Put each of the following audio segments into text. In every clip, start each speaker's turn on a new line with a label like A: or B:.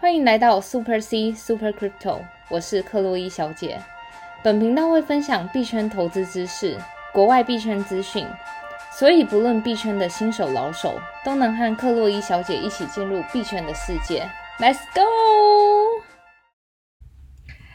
A: 欢迎来到 Super C Super Crypto，我是克洛伊小姐。本频道会分享币圈投资知识、国外币圈资讯，所以不论币圈的新手老手，都能和克洛伊小姐一起进入币圈的世界。Let's go！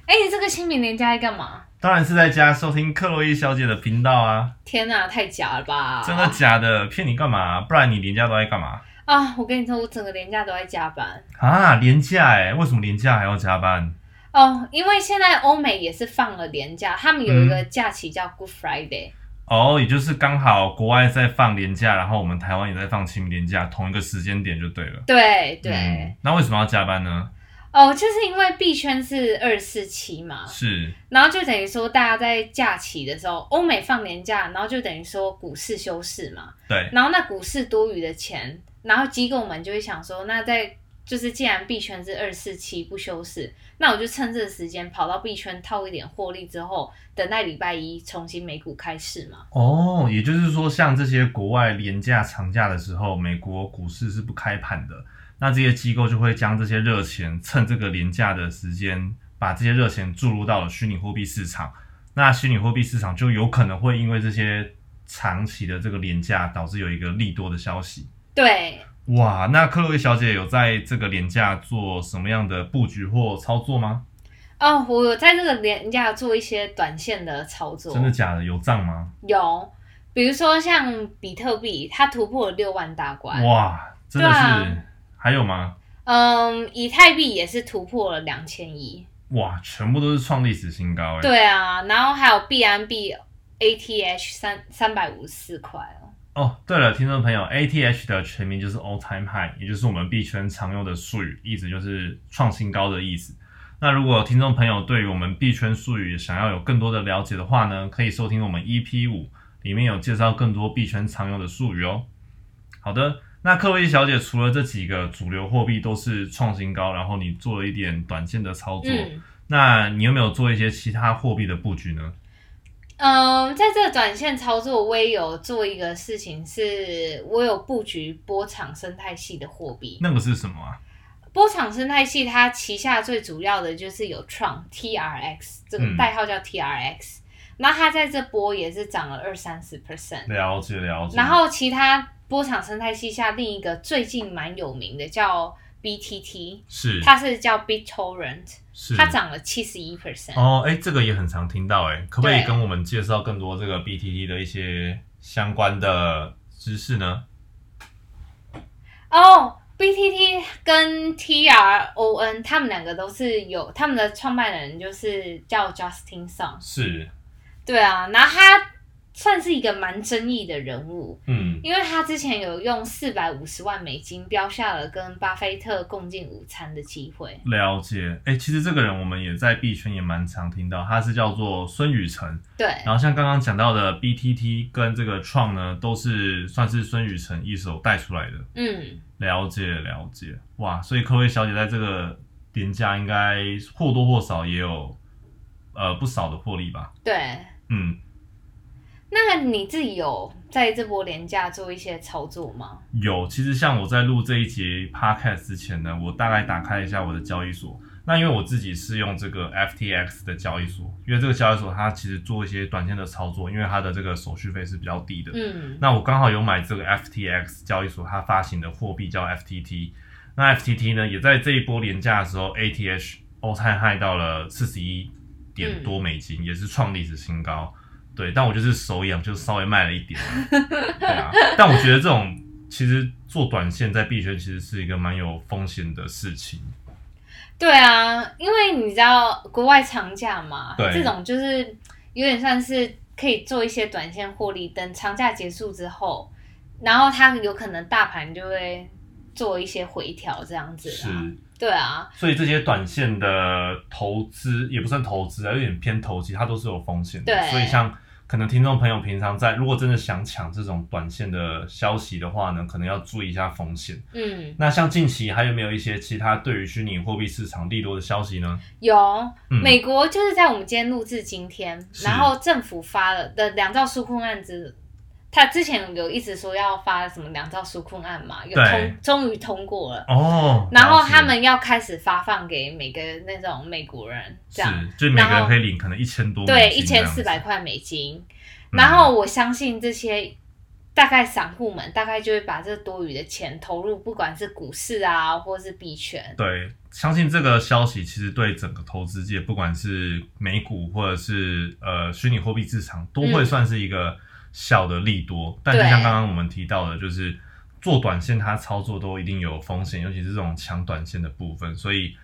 A: 哎、你这个清明年假在干嘛？
B: 当然是在家收听克洛伊小姐的频道啊！
A: 天哪、太假了吧！
B: 真的假的？骗你干嘛？不然你连假都在干嘛
A: 啊！我跟你说，我整个年假都在加班。
B: 啊？连假哎、为什么连假还要加班？
A: 哦，因为现在欧美也是放了年假，他们有一
B: 嗯
A: 个假期叫 Good Friday，、
B: 哦，也就是刚好国外在放连假，然后我们台湾也在放清明连假，同一个时间点就对了。
A: 对对、
B: 嗯那为什么要加班呢？
A: 哦，就是因为币圈是二四七嘛，
B: 是
A: 然后就等于说大家在假期的时候，欧美放年假，然后就等于说股市休市嘛，
B: 对，
A: 然后那股市多余的钱，然后机构们就会想说，那在就是既然币圈是二四七不休市，那我就趁这个时间跑到币圈套一点获利之后，等待礼拜一重新美股开市嘛。
B: 哦，也就是说，像这些国外廉价长假的时候，美国股市是不开盘的，那这些机构就会将这些热钱趁这个廉价的时间，把这些热钱注入到了虚拟货币市场。那虚拟货币市场就有可能会因为这些长期的这个廉价，导致有一个利多的消息。
A: 对，
B: 哇，那克洛伊小姐有在这个廉价做什么样的布局或操作吗？
A: 哦，我有在这个廉价做一些短线的操作，
B: 真的假的？有账吗？
A: 有，比如说像比特币，它突破了六万大关，
B: 哇，真的是，
A: 对啊
B: 还有吗？
A: 嗯，以太币也是突破了两千亿，
B: 哇，全部都是创历史新高哎、
A: 对啊，然后还有币安币 ATH 三三百五十四块哦，
B: 哦，对了，听众朋友，ATH 的全名就是 All Time High，也就是我们币圈常用的术语，意思就是创新高的意思。那如果听众朋友对于我们币圈术语想要有更多的了解的话呢，可以收听我们 EP 五，里面有介绍更多币圈常用的术语哦。好的，那克洛伊小姐除了这几个主流货币都是创新高，然后你做了一点短线的操作，
A: 嗯。
B: 那你有没有做一些其他货币的布局呢？
A: 嗯，在这个短线操作，我也有做一个事情是，我有布局波场生态系的货币。
B: 那个是什么啊？
A: 波场生态系它旗下最主要的就是有创 TRX 这个
B: 嗯
A: 代号叫 TRX，、那它在这波也是涨了二三十 percent。
B: 了解了解。
A: 然后其他波场生态系下另一个最近蛮有名的叫 BTT，
B: 是
A: 它是叫 BitTorrent，
B: 是
A: 它涨了七十一 percent。
B: 嗯哦，哎，这个也很常听到，哎，可不可以
A: 对
B: 跟我们介绍更多这个 BTT 的一些相关的知识呢？
A: 哦，BTT 跟 TRON 他们两个都是有他们的创办人就是叫 Justin Song，
B: 是，
A: 对啊，然后他算是一个蛮争议的人物。
B: 嗯，
A: 因为他之前有用四百五十万美金标下了跟巴菲特共进午餐的机会，
B: 了解。哎，其实这个人我们也在币圈也蛮常听到，他是叫做孙宇晨。
A: 对，
B: 然后像刚刚讲到的 BTT 跟这个创呢，都是算是孙宇晨一手带出来的。
A: 嗯，
B: 了解了解，哇，所以各位小姐在这个廉价应该或多或少也有呃不少的获利吧？
A: 对。
B: 嗯，
A: 那你自己有在这波廉价做一些操作吗？
B: 有，其实像我在录这一节 podcast 之前呢，我大概打开一下我的交易所。那因为我自己是用这个 FTX 的交易所，因为这个交易所它其实做一些短线的操作，因为它的这个手续费是比较低的。
A: 嗯，
B: 那我刚好有买这个 FTX 交易所它发行的货币叫 FTT，那 FTT 呢也在这一波廉价的时候，ATH all time high 到了四十一点多美
A: 嗯
B: 金，也是创历史新高。对，但我就是手痒，就稍微卖了一点。 对啊，但我觉得这种其实做短线在币圈其实是一个蛮有风险的事情。
A: 对啊，因为你知道国外长假嘛，
B: 对
A: 这种就是有点算是可以做一些短线获利，等长假结束之后，然后它有可能大盘就会做一些回调这样子啊。对啊，
B: 所以这些短线的投资也不算投资啊，有点偏投机，它都是有风险的。
A: 对
B: 所以像可能听众朋友平常在如果真的想抢这种短线的消息的话呢，可能要注意一下风险。
A: 嗯，
B: 那像近期还有没有一些其他对于虚拟货币市场利多的消息呢？
A: 有、
B: 嗯
A: 美国就是在我们今天录制今天，
B: 是
A: 然后政府发了的两兆纾困案之他之前有一直说要发什么两兆纾困案嘛，有
B: 对
A: 通终于通过了。
B: 哦，
A: 然后
B: 了解
A: 他们要开始发放给每个那种美国人，这样
B: 是，就每个
A: 然
B: 人
A: 后
B: 可以领可能一千多美
A: 对，
B: 金
A: 一
B: 这样
A: 千
B: 子
A: 四百块美金。
B: 嗯
A: 然后我相信这些大概散户们大概就会把这多余的钱投入，不管是股市啊，或是币圈。
B: 对，相信这个消息其实对整个投资界，不管是美股或者是呃虚拟货币市场，都会
A: 嗯
B: 算是一个小的利多。但就
A: 对
B: 像刚刚我们提到的，就是做短线它操作都一定有风险，尤其是这种抢短线的部分，所以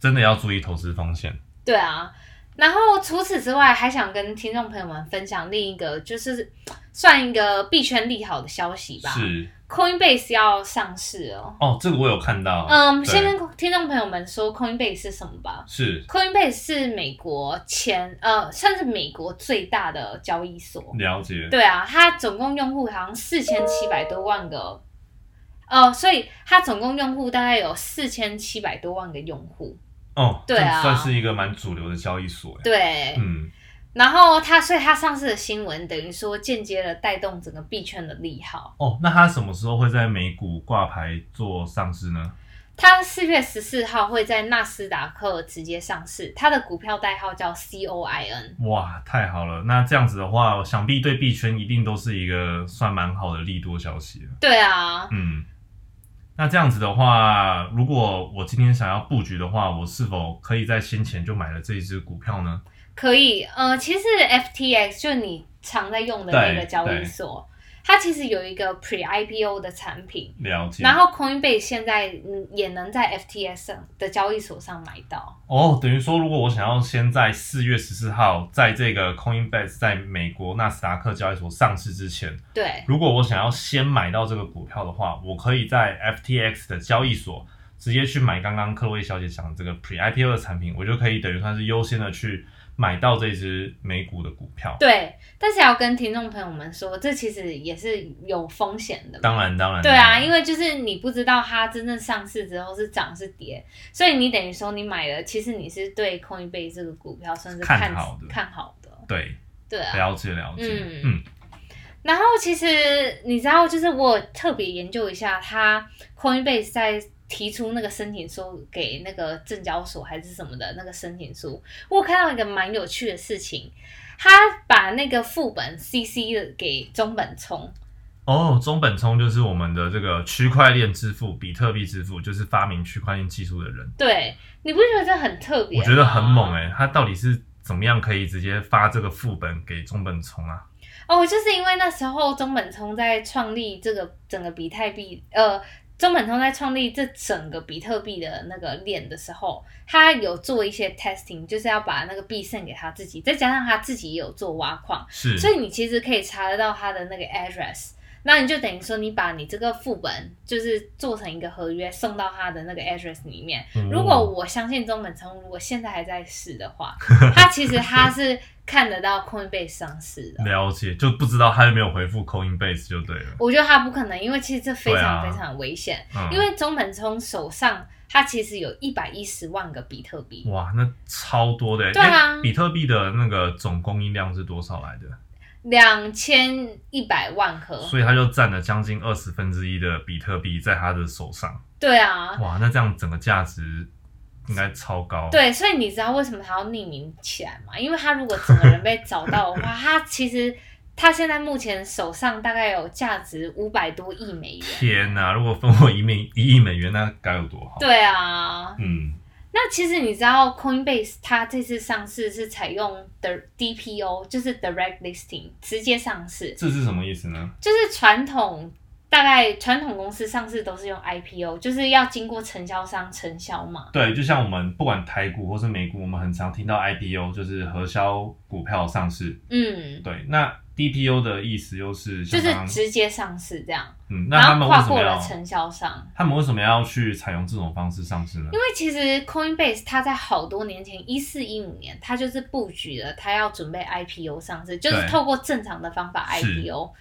B: 真的要注意投资风险。
A: 对啊，然后除此之外，还想跟听众朋友们分享另一个，就是算一个币圈利好的消息吧。
B: 是
A: Coinbase 要上市哦。
B: 哦，这个我有看到。
A: 嗯，
B: 对
A: 先跟听众朋友们说 Coinbase 是什么吧。
B: 是
A: Coinbase 是美国前呃，算是美国最大的交易所。
B: 了解。
A: 对啊，它总共用户好像四千七百多万个，呃，所以它总共用户大概有四千七百多万个用户。
B: 哦，
A: 对啊
B: 这算是一个蛮主流的交易所。哎
A: 对，
B: 嗯，
A: 然后它，所以它上市的新闻等于说间接的带动整个币圈的利好。
B: 哦，那它什么时候会在美股挂牌做上市呢？
A: 它四月十四号会在纳斯达克直接上市，它的股票代号叫 COIN。
B: 哇，太好了！那这样子的话，想必对币圈一定都是一个算蛮好的利多消息了。
A: 对啊，
B: 嗯，那这样子的话，如果我今天想要布局的话，我是否可以在先前就买了这一只股票呢？
A: 可以，呃，其实 FTX 就是你常在用的那个
B: 对
A: 交易
B: 对
A: 所，它其实有一个 Pre-IPO 的产品，
B: 了解。
A: 然后 Coinbase 现在嗯也能在 FTS 上的交易所上买到，
B: 哦，等于说，如果我想要先在四月十四号，在这个 Coinbase 在美国纳斯达克交易所上市之前，
A: 对
B: 如果我想要先买到这个股票的话，我可以在 FTX 的交易所直接去买刚刚克洛伊小姐讲的这个 Pre IPO 的产品，我就可以等于算是优先的去买到这只美股的股票。
A: 对。但是要跟听众朋友们说，这其实也是有风险的嘛。
B: 当然，当然，
A: 对啊，因
B: 为
A: 为就是你不知道它真正上市之后是涨是跌，所以你等于说你买了，其实你是对 Coinbase 这个股票算是
B: 看
A: 看
B: 好的
A: 看好的，
B: 对，
A: 对啊。
B: 了解了解，
A: 嗯
B: 嗯
A: 然后其实你知道，就是我有特别研究一下，它 Coinbase 在提出那个申请书给那个证交所还是什么的那个申请书，我有看到一个蛮有趣的事情，他把那个副本 CC 的给中本聪，
B: 哦，中本聪就是我们的这个区块链之父，比特币之父，就是发明区块链技术的人，
A: 对，你不觉得这很特别
B: 我
A: 吗？
B: 觉得很猛哎、他到底是怎么样可以直接发这个副本给中本聪啊？
A: 哦，就是因为那时候中本聪在创立这个整个比特币，呃，中本聪在创立这整个比特币的那个链的时候，他有做一些 testing，就是要把那个币剩给他自己，再加上他自己也有做挖矿，
B: 是，
A: 所以你其实可以查得到他的那个 address。那你就等于说，你把你这个副本就是做成一个合约，送到他的那个 address 里面。如果
B: 哦
A: 我相信中本聪，如果现在还在世的话，他其实他是看得到 Coinbase 上市的。
B: 了解，就不知道他有没有回复 Coinbase 就对了。
A: 我觉得他不可能，因为其实这非
B: 对
A: 常
B: 啊
A: 非常危险，
B: 嗯、
A: 因为中本聪手上他其实有一百一十万个比特币，
B: 哇，那超多的欸。
A: 对啊
B: 诶比特币的那个总供应量是多少来的？
A: 两千一百万颗，
B: 所以它就占了将近二十分之一的比特币在他的手上。
A: 对啊，
B: 哇，那这样整个价值应该超高。，
A: 对，所以你知道为什么他要匿名起来吗？因为他如果整个人被找到的 话，他其实他现在目前手上大概有价值五百多亿美元，
B: 天哪！如果分我一美一亿美元，那该有多好。，
A: 对啊，
B: 嗯，
A: 那其实你知道 Coinbase 它这次上市是采用的 DPO，就是 Direct Listing 直接上市，
B: 这是什么意思呢？
A: 就是传统大概传统公司上市都是用 IPO，就是要经过承销商承销嘛。
B: 对，就像我们不管台股或是美股，我们很常听到 IPO，就是核销股票上市。
A: 嗯，
B: 对，那 DPO 的意思又是
A: 就
B: 相
A: 是
B: 当
A: 直接上市这样，
B: 嗯，那他
A: 然
B: 们
A: 后
B: 为
A: 跨
B: 什么
A: 过
B: 要
A: 了承销商。
B: 他们为什么要去采用这种方式上市呢
A: 因？为其实 Coinbase 它在好多年前，一四一五年，它就是布局了，它要准备 IPO 上市，就是
B: 对
A: 透过正常的方法
B: 是
A: IPO。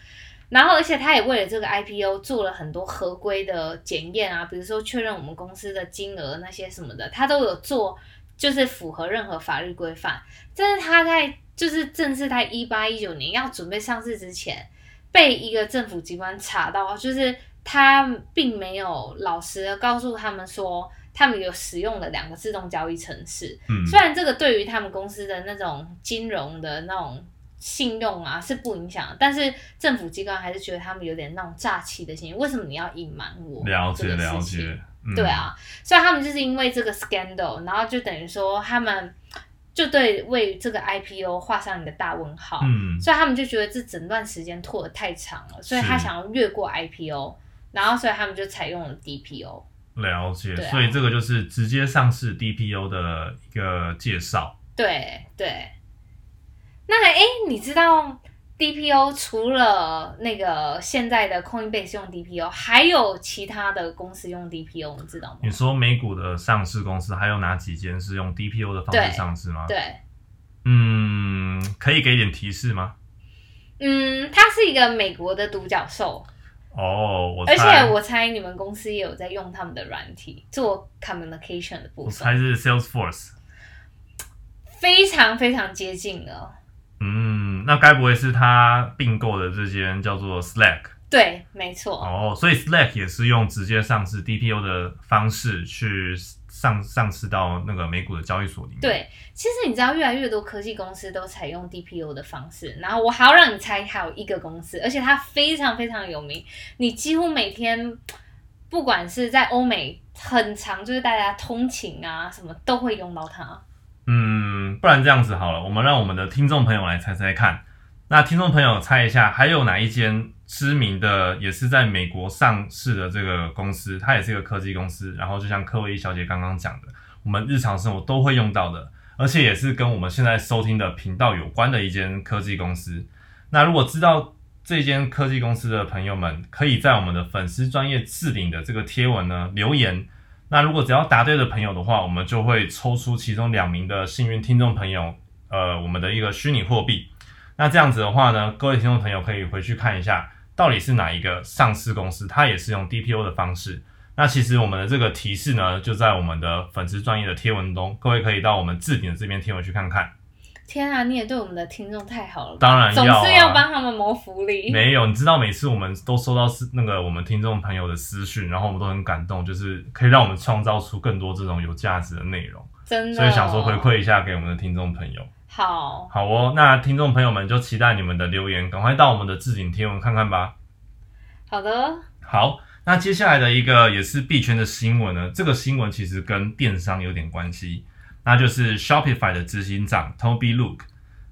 A: 然后，而且它也为了这个 IPO 做了很多合规的检验啊，比如说确认我们公司的金额那些什么的，它都有做，就是符合任何法律规范。但是它在就是正式在一八一九年要准备上市之前，被一个政府机关查到，就是他并没有老实的告诉他们说，他们有使用了两个自动交易程式。
B: 嗯，
A: 虽然这个对于他们公司的那种金融的那种信用啊是不影响的，但是政府机关还是觉得他们有点那种诈欺的行为。为什么你要隐瞒我？
B: 了解
A: 这个事
B: 了
A: 情
B: 解，嗯、
A: 对，啊，所以他们就是因为这个 scandal，然后就等于说他们就对为这个 IPO 画上一个大问号，
B: 嗯，
A: 所以他们就觉得这整段时间拖得太长了，所以他
B: 是
A: 想要越过 IPO，然后所以他们就采用了 DPO。
B: 了解，
A: 对啊
B: 所以这个就是直接上市 DPO 的一个介绍。
A: 对对，那哎，你知道 DPO 除了那个现在的 Coinbase 用 DPO，还有其他的公司用 DPO，你知道
B: 你
A: 吗？
B: 说美股的上市公司还有哪几间是用 DPO 的方
A: 对
B: 式上市吗？，
A: 对。
B: 嗯，可以给一点提示吗？
A: 嗯，它是一个美国的独角兽，
B: 哦，我
A: 而
B: 猜
A: 且我猜你们公司也有在用他们的软体做 communication 的部
B: 我
A: 分，
B: 猜是 Salesforce。
A: 非常非常接近了。
B: 嗯，那该不会是他并购的这间叫做 Slack？
A: 对，没错，
B: 哦，所以 Slack 也是用直接上市 DPO 的方式去上上市到那个美股的交易所里面。，
A: 对。其实你知道，越来越多科技公司都采用 DPO 的方式。然后我还要让你猜，还有一个公司，而且它非常非常有名，你几乎每天，不管是在欧美，很长就是大家通勤啊什么都会用到它。
B: 嗯，不然这样子好了，我们让我们的听众朋友来猜猜看。那听众朋友猜一下，还有哪一间知名的也是在美国上市的这个公司，它也是一个科技公司，然后就像克洛伊小姐刚刚讲的，我们日常生活都会用到的，而且也是跟我们现在收听的频道有关的一间科技公司。那如果知道这间科技公司的朋友们，可以在我们的粉丝专业置顶的这个贴文呢留言。那如果只要答对的朋友的话，我们就会抽出其中两名的幸运听众朋友，呃，我们的一个虚拟货币。那这样子的话呢，各位听众朋友可以回去看一下，到底是哪一个上市公司，它也是用 DPO 的方式。那其实我们的这个提示呢，就在我们的粉丝专业的贴文中，各位可以到我们置顶的这边贴文去看看。
A: 天啊，你也对我们的听众太好了吧，
B: 当然
A: 总
B: 要、啊，
A: 是要帮他们谋福利。
B: 没有，你知道每次我们都收到私那个我们听众朋友的私讯，然后我们都很感动，就是可以让我们创造出更多这种有价值的内容，
A: 真的、哦
B: 所以想说回。馈一下给我们的听众朋友。
A: 好，
B: 好哦，那听众朋友们就期待你们的留言，赶快到我们的置顶贴文看看吧。
A: 好的，
B: 好，那接下来的一个也是币圈的新闻呢，这个新闻其实跟电商有点关系，那就是 Shopify 的执行长 Toby Look，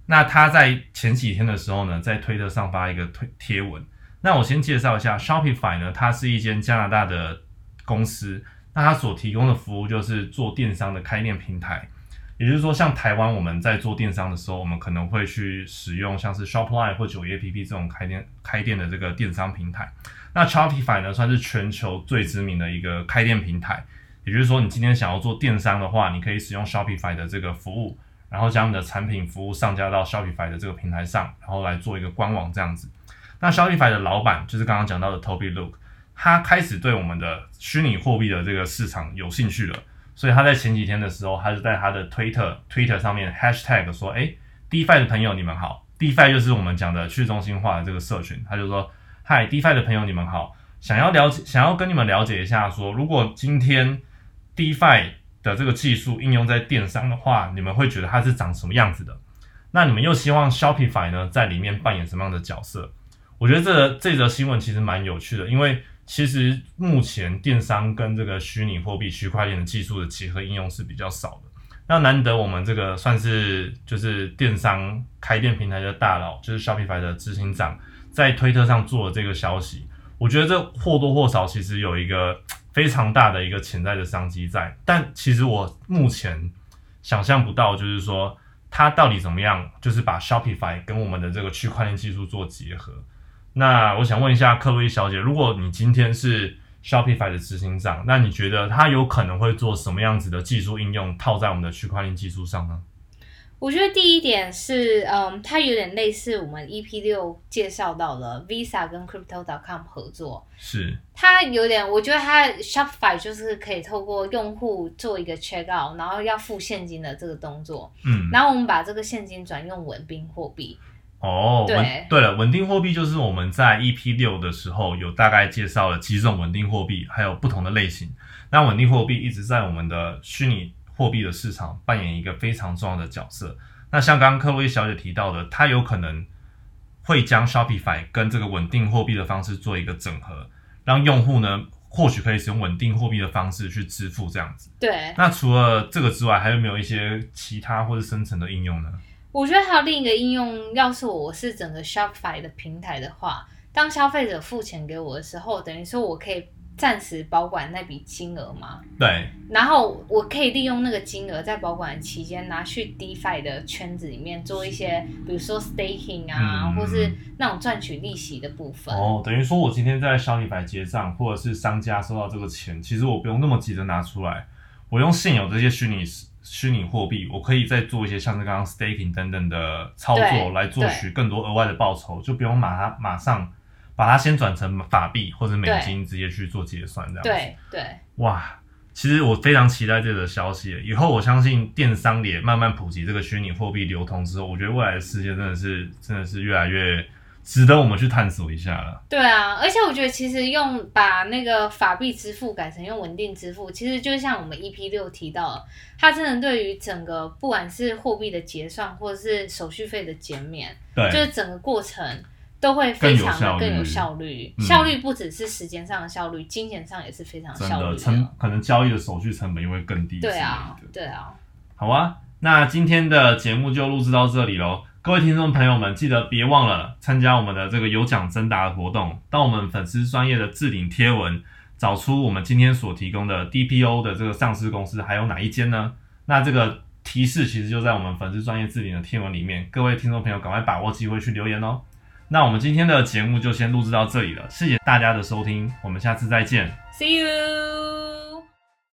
B: 那他在前几天的时候呢，在推特上发一个推贴文。那我先介绍一下 Shopify 呢，它是一间加拿大的公司，那它所提供的服务就是做电商的开店平台。也就是说，像台湾我们在做电商的时候，我们可能会去使用像是 Shopify 或九一 APP 这种开店开店的这个电商平台。那 Shopify 呢，算是全球最知名的一个开店平台。也就是说，你今天想要做电商的话，你可以使用 Shopify 的这个服务，然后将你的产品服务上架到 Shopify 的这个平台上，然后来做一个官网这样子。那 Shopify 的老板就是刚刚讲到的 Toby Look，他开始对我们的虚拟货币的这个市场有兴趣了，所以他在前几天的时候，他就在他的 Twitter Twitter 上面 Hashtag 说，哎，DeFi 的朋友你们好，DeFi 就是我们讲的去中心化的这个社群，他就说。嗨，DeFi 的朋友，你们好，想要了解，想要跟你们了解一下说如果今天 DeFi 的这个技术应用在电商的话，你们会觉得它是长什么样子的？那你们又希望 Shopify 呢在里面扮演什么样的角色？我觉得这这则新闻其实蛮有趣的，因为其实目前电商跟这个虚拟货币、区块链的技术的结合应用是比较少的。那难得我们这个算是就是电商开店平台的大佬，就是 Shopify 的执行长，在推特上做了这个消息，我觉得这或多或少其实有一个非常大的一个潜在的商机在，但其实我目前想象不到，就是说它到底怎么样，就是把 Shopify 跟我们的这个区块链技术做结合。那我想问一下克洛伊小姐，如果你今天是 Shopify 的执行长，那你觉得它有可能会做什么样子的技术应用套在我们的区块链技术上呢？
A: 我觉得第一点是，嗯，它有点类似我们 EP 六介绍到的 Visa 跟 Crypto.com 合作，
B: 是，
A: 它有点，我觉得它 Shopify 就是可以透过用户做一个 check out，然后要付现金的这个动作，
B: 嗯，
A: 然后我们把这个现金转用稳定货币。
B: 哦，
A: 对
B: 稳对了，稳定货币就是我们在 EP 六的时候有大概介绍了几种稳定货币，还有不同的类型。那稳定货币一直在我们的虚拟货币的市场扮演一个非常重要的角色。那像刚刚克洛伊小姐提到的，它有可能会将 Shopify 跟这个稳定货币的方式做一个整合，让用户呢或许可以使用稳定货币的方式去支付这样子。
A: 对，
B: 那除了这个之外，还有没有一些其他或者深层的应用呢？
A: 我觉得还有另一个应用，要是我是整个 Shopify 的平台的话，当消费者付钱给我的时候，等于说我可以暂时保管那笔金额嘛，
B: 对，
A: 然后我可以利用那个金额在保管的期间拿去 DeFi 的圈子里面做一些，比如说 staking 啊，
B: 嗯
A: 或是那种赚取利息的部分。
B: 哦，等于说我今天在 Shopify 结账，或者是商家收到这个钱，其实我不用那么急着拿出来，我用现有这些虚拟虚拟货币，我可以再做一些像是刚刚 staking 等等的操
A: 对
B: 作来做取更多额外的报酬，就不用马它马上把它先转成法币或者美金，直接去做结算这样子。
A: 对对，
B: 哇，其实我非常期待这个消息。以后我相信电商也慢慢普及这个虚拟货币流通之后，我觉得未来的世界真的是真的是越来越值得我们去探索一下了。
A: 对啊，而且我觉得其实用把那个法币支付改成用稳定支付，其实就像我们 EP 六提到的，它真的对于整个不管是货币的结算或者是手续费的减免，就
B: 对
A: 是整个过程都会非常的
B: 更
A: 更
B: 有
A: 有
B: 效
A: 效率。
B: 嗯
A: 效率不只是时间上的效率，金钱上也是非常
B: 真
A: 效
B: 的
A: 率
B: 成可能交易的手续成本也会更低之类
A: 对
B: 的。
A: 啊，对啊，
B: 好啊，那今天的节目就录制到这里喽。各位听众朋友们，记得别忘了参加我们的这个有奖征答的活动，到我们粉丝专业的置顶贴文，找出我们今天所提供的 DPO 的这个上市公司还有哪一间呢？那这个提示其实就在我们粉丝专业置顶的贴文里面，各位听众朋友赶快把握机会去留言哦。那我们今天的节目就先录制到这里了，谢谢大家的收听，我们下次再见。
A: ，See you。